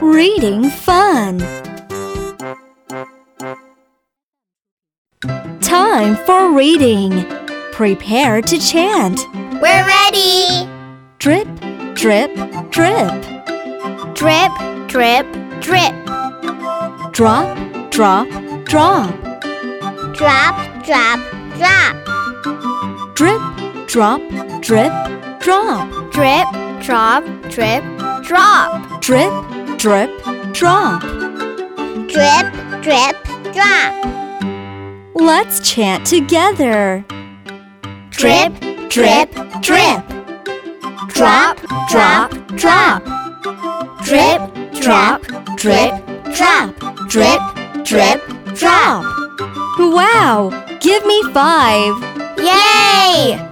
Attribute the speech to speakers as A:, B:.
A: Reading fun. Time for reading. Prepare to chant.
B: We're ready.
A: Drip, drip, drip.
B: Drip, drip, drip.
A: Drop, drop, drop.
B: Drop, drop, drop.
A: Drip, drop, drip, drop.
B: Drip, drop, drip, drop.
A: Drip, drip, drop.
B: Drip, drip, drop.
A: Let's chant together.
B: Drip, drip, drip. Drop, drop, drop. Drip, drop, drip, drop. Drip, drip, drop.
A: Wow! Give me five.
B: Yay!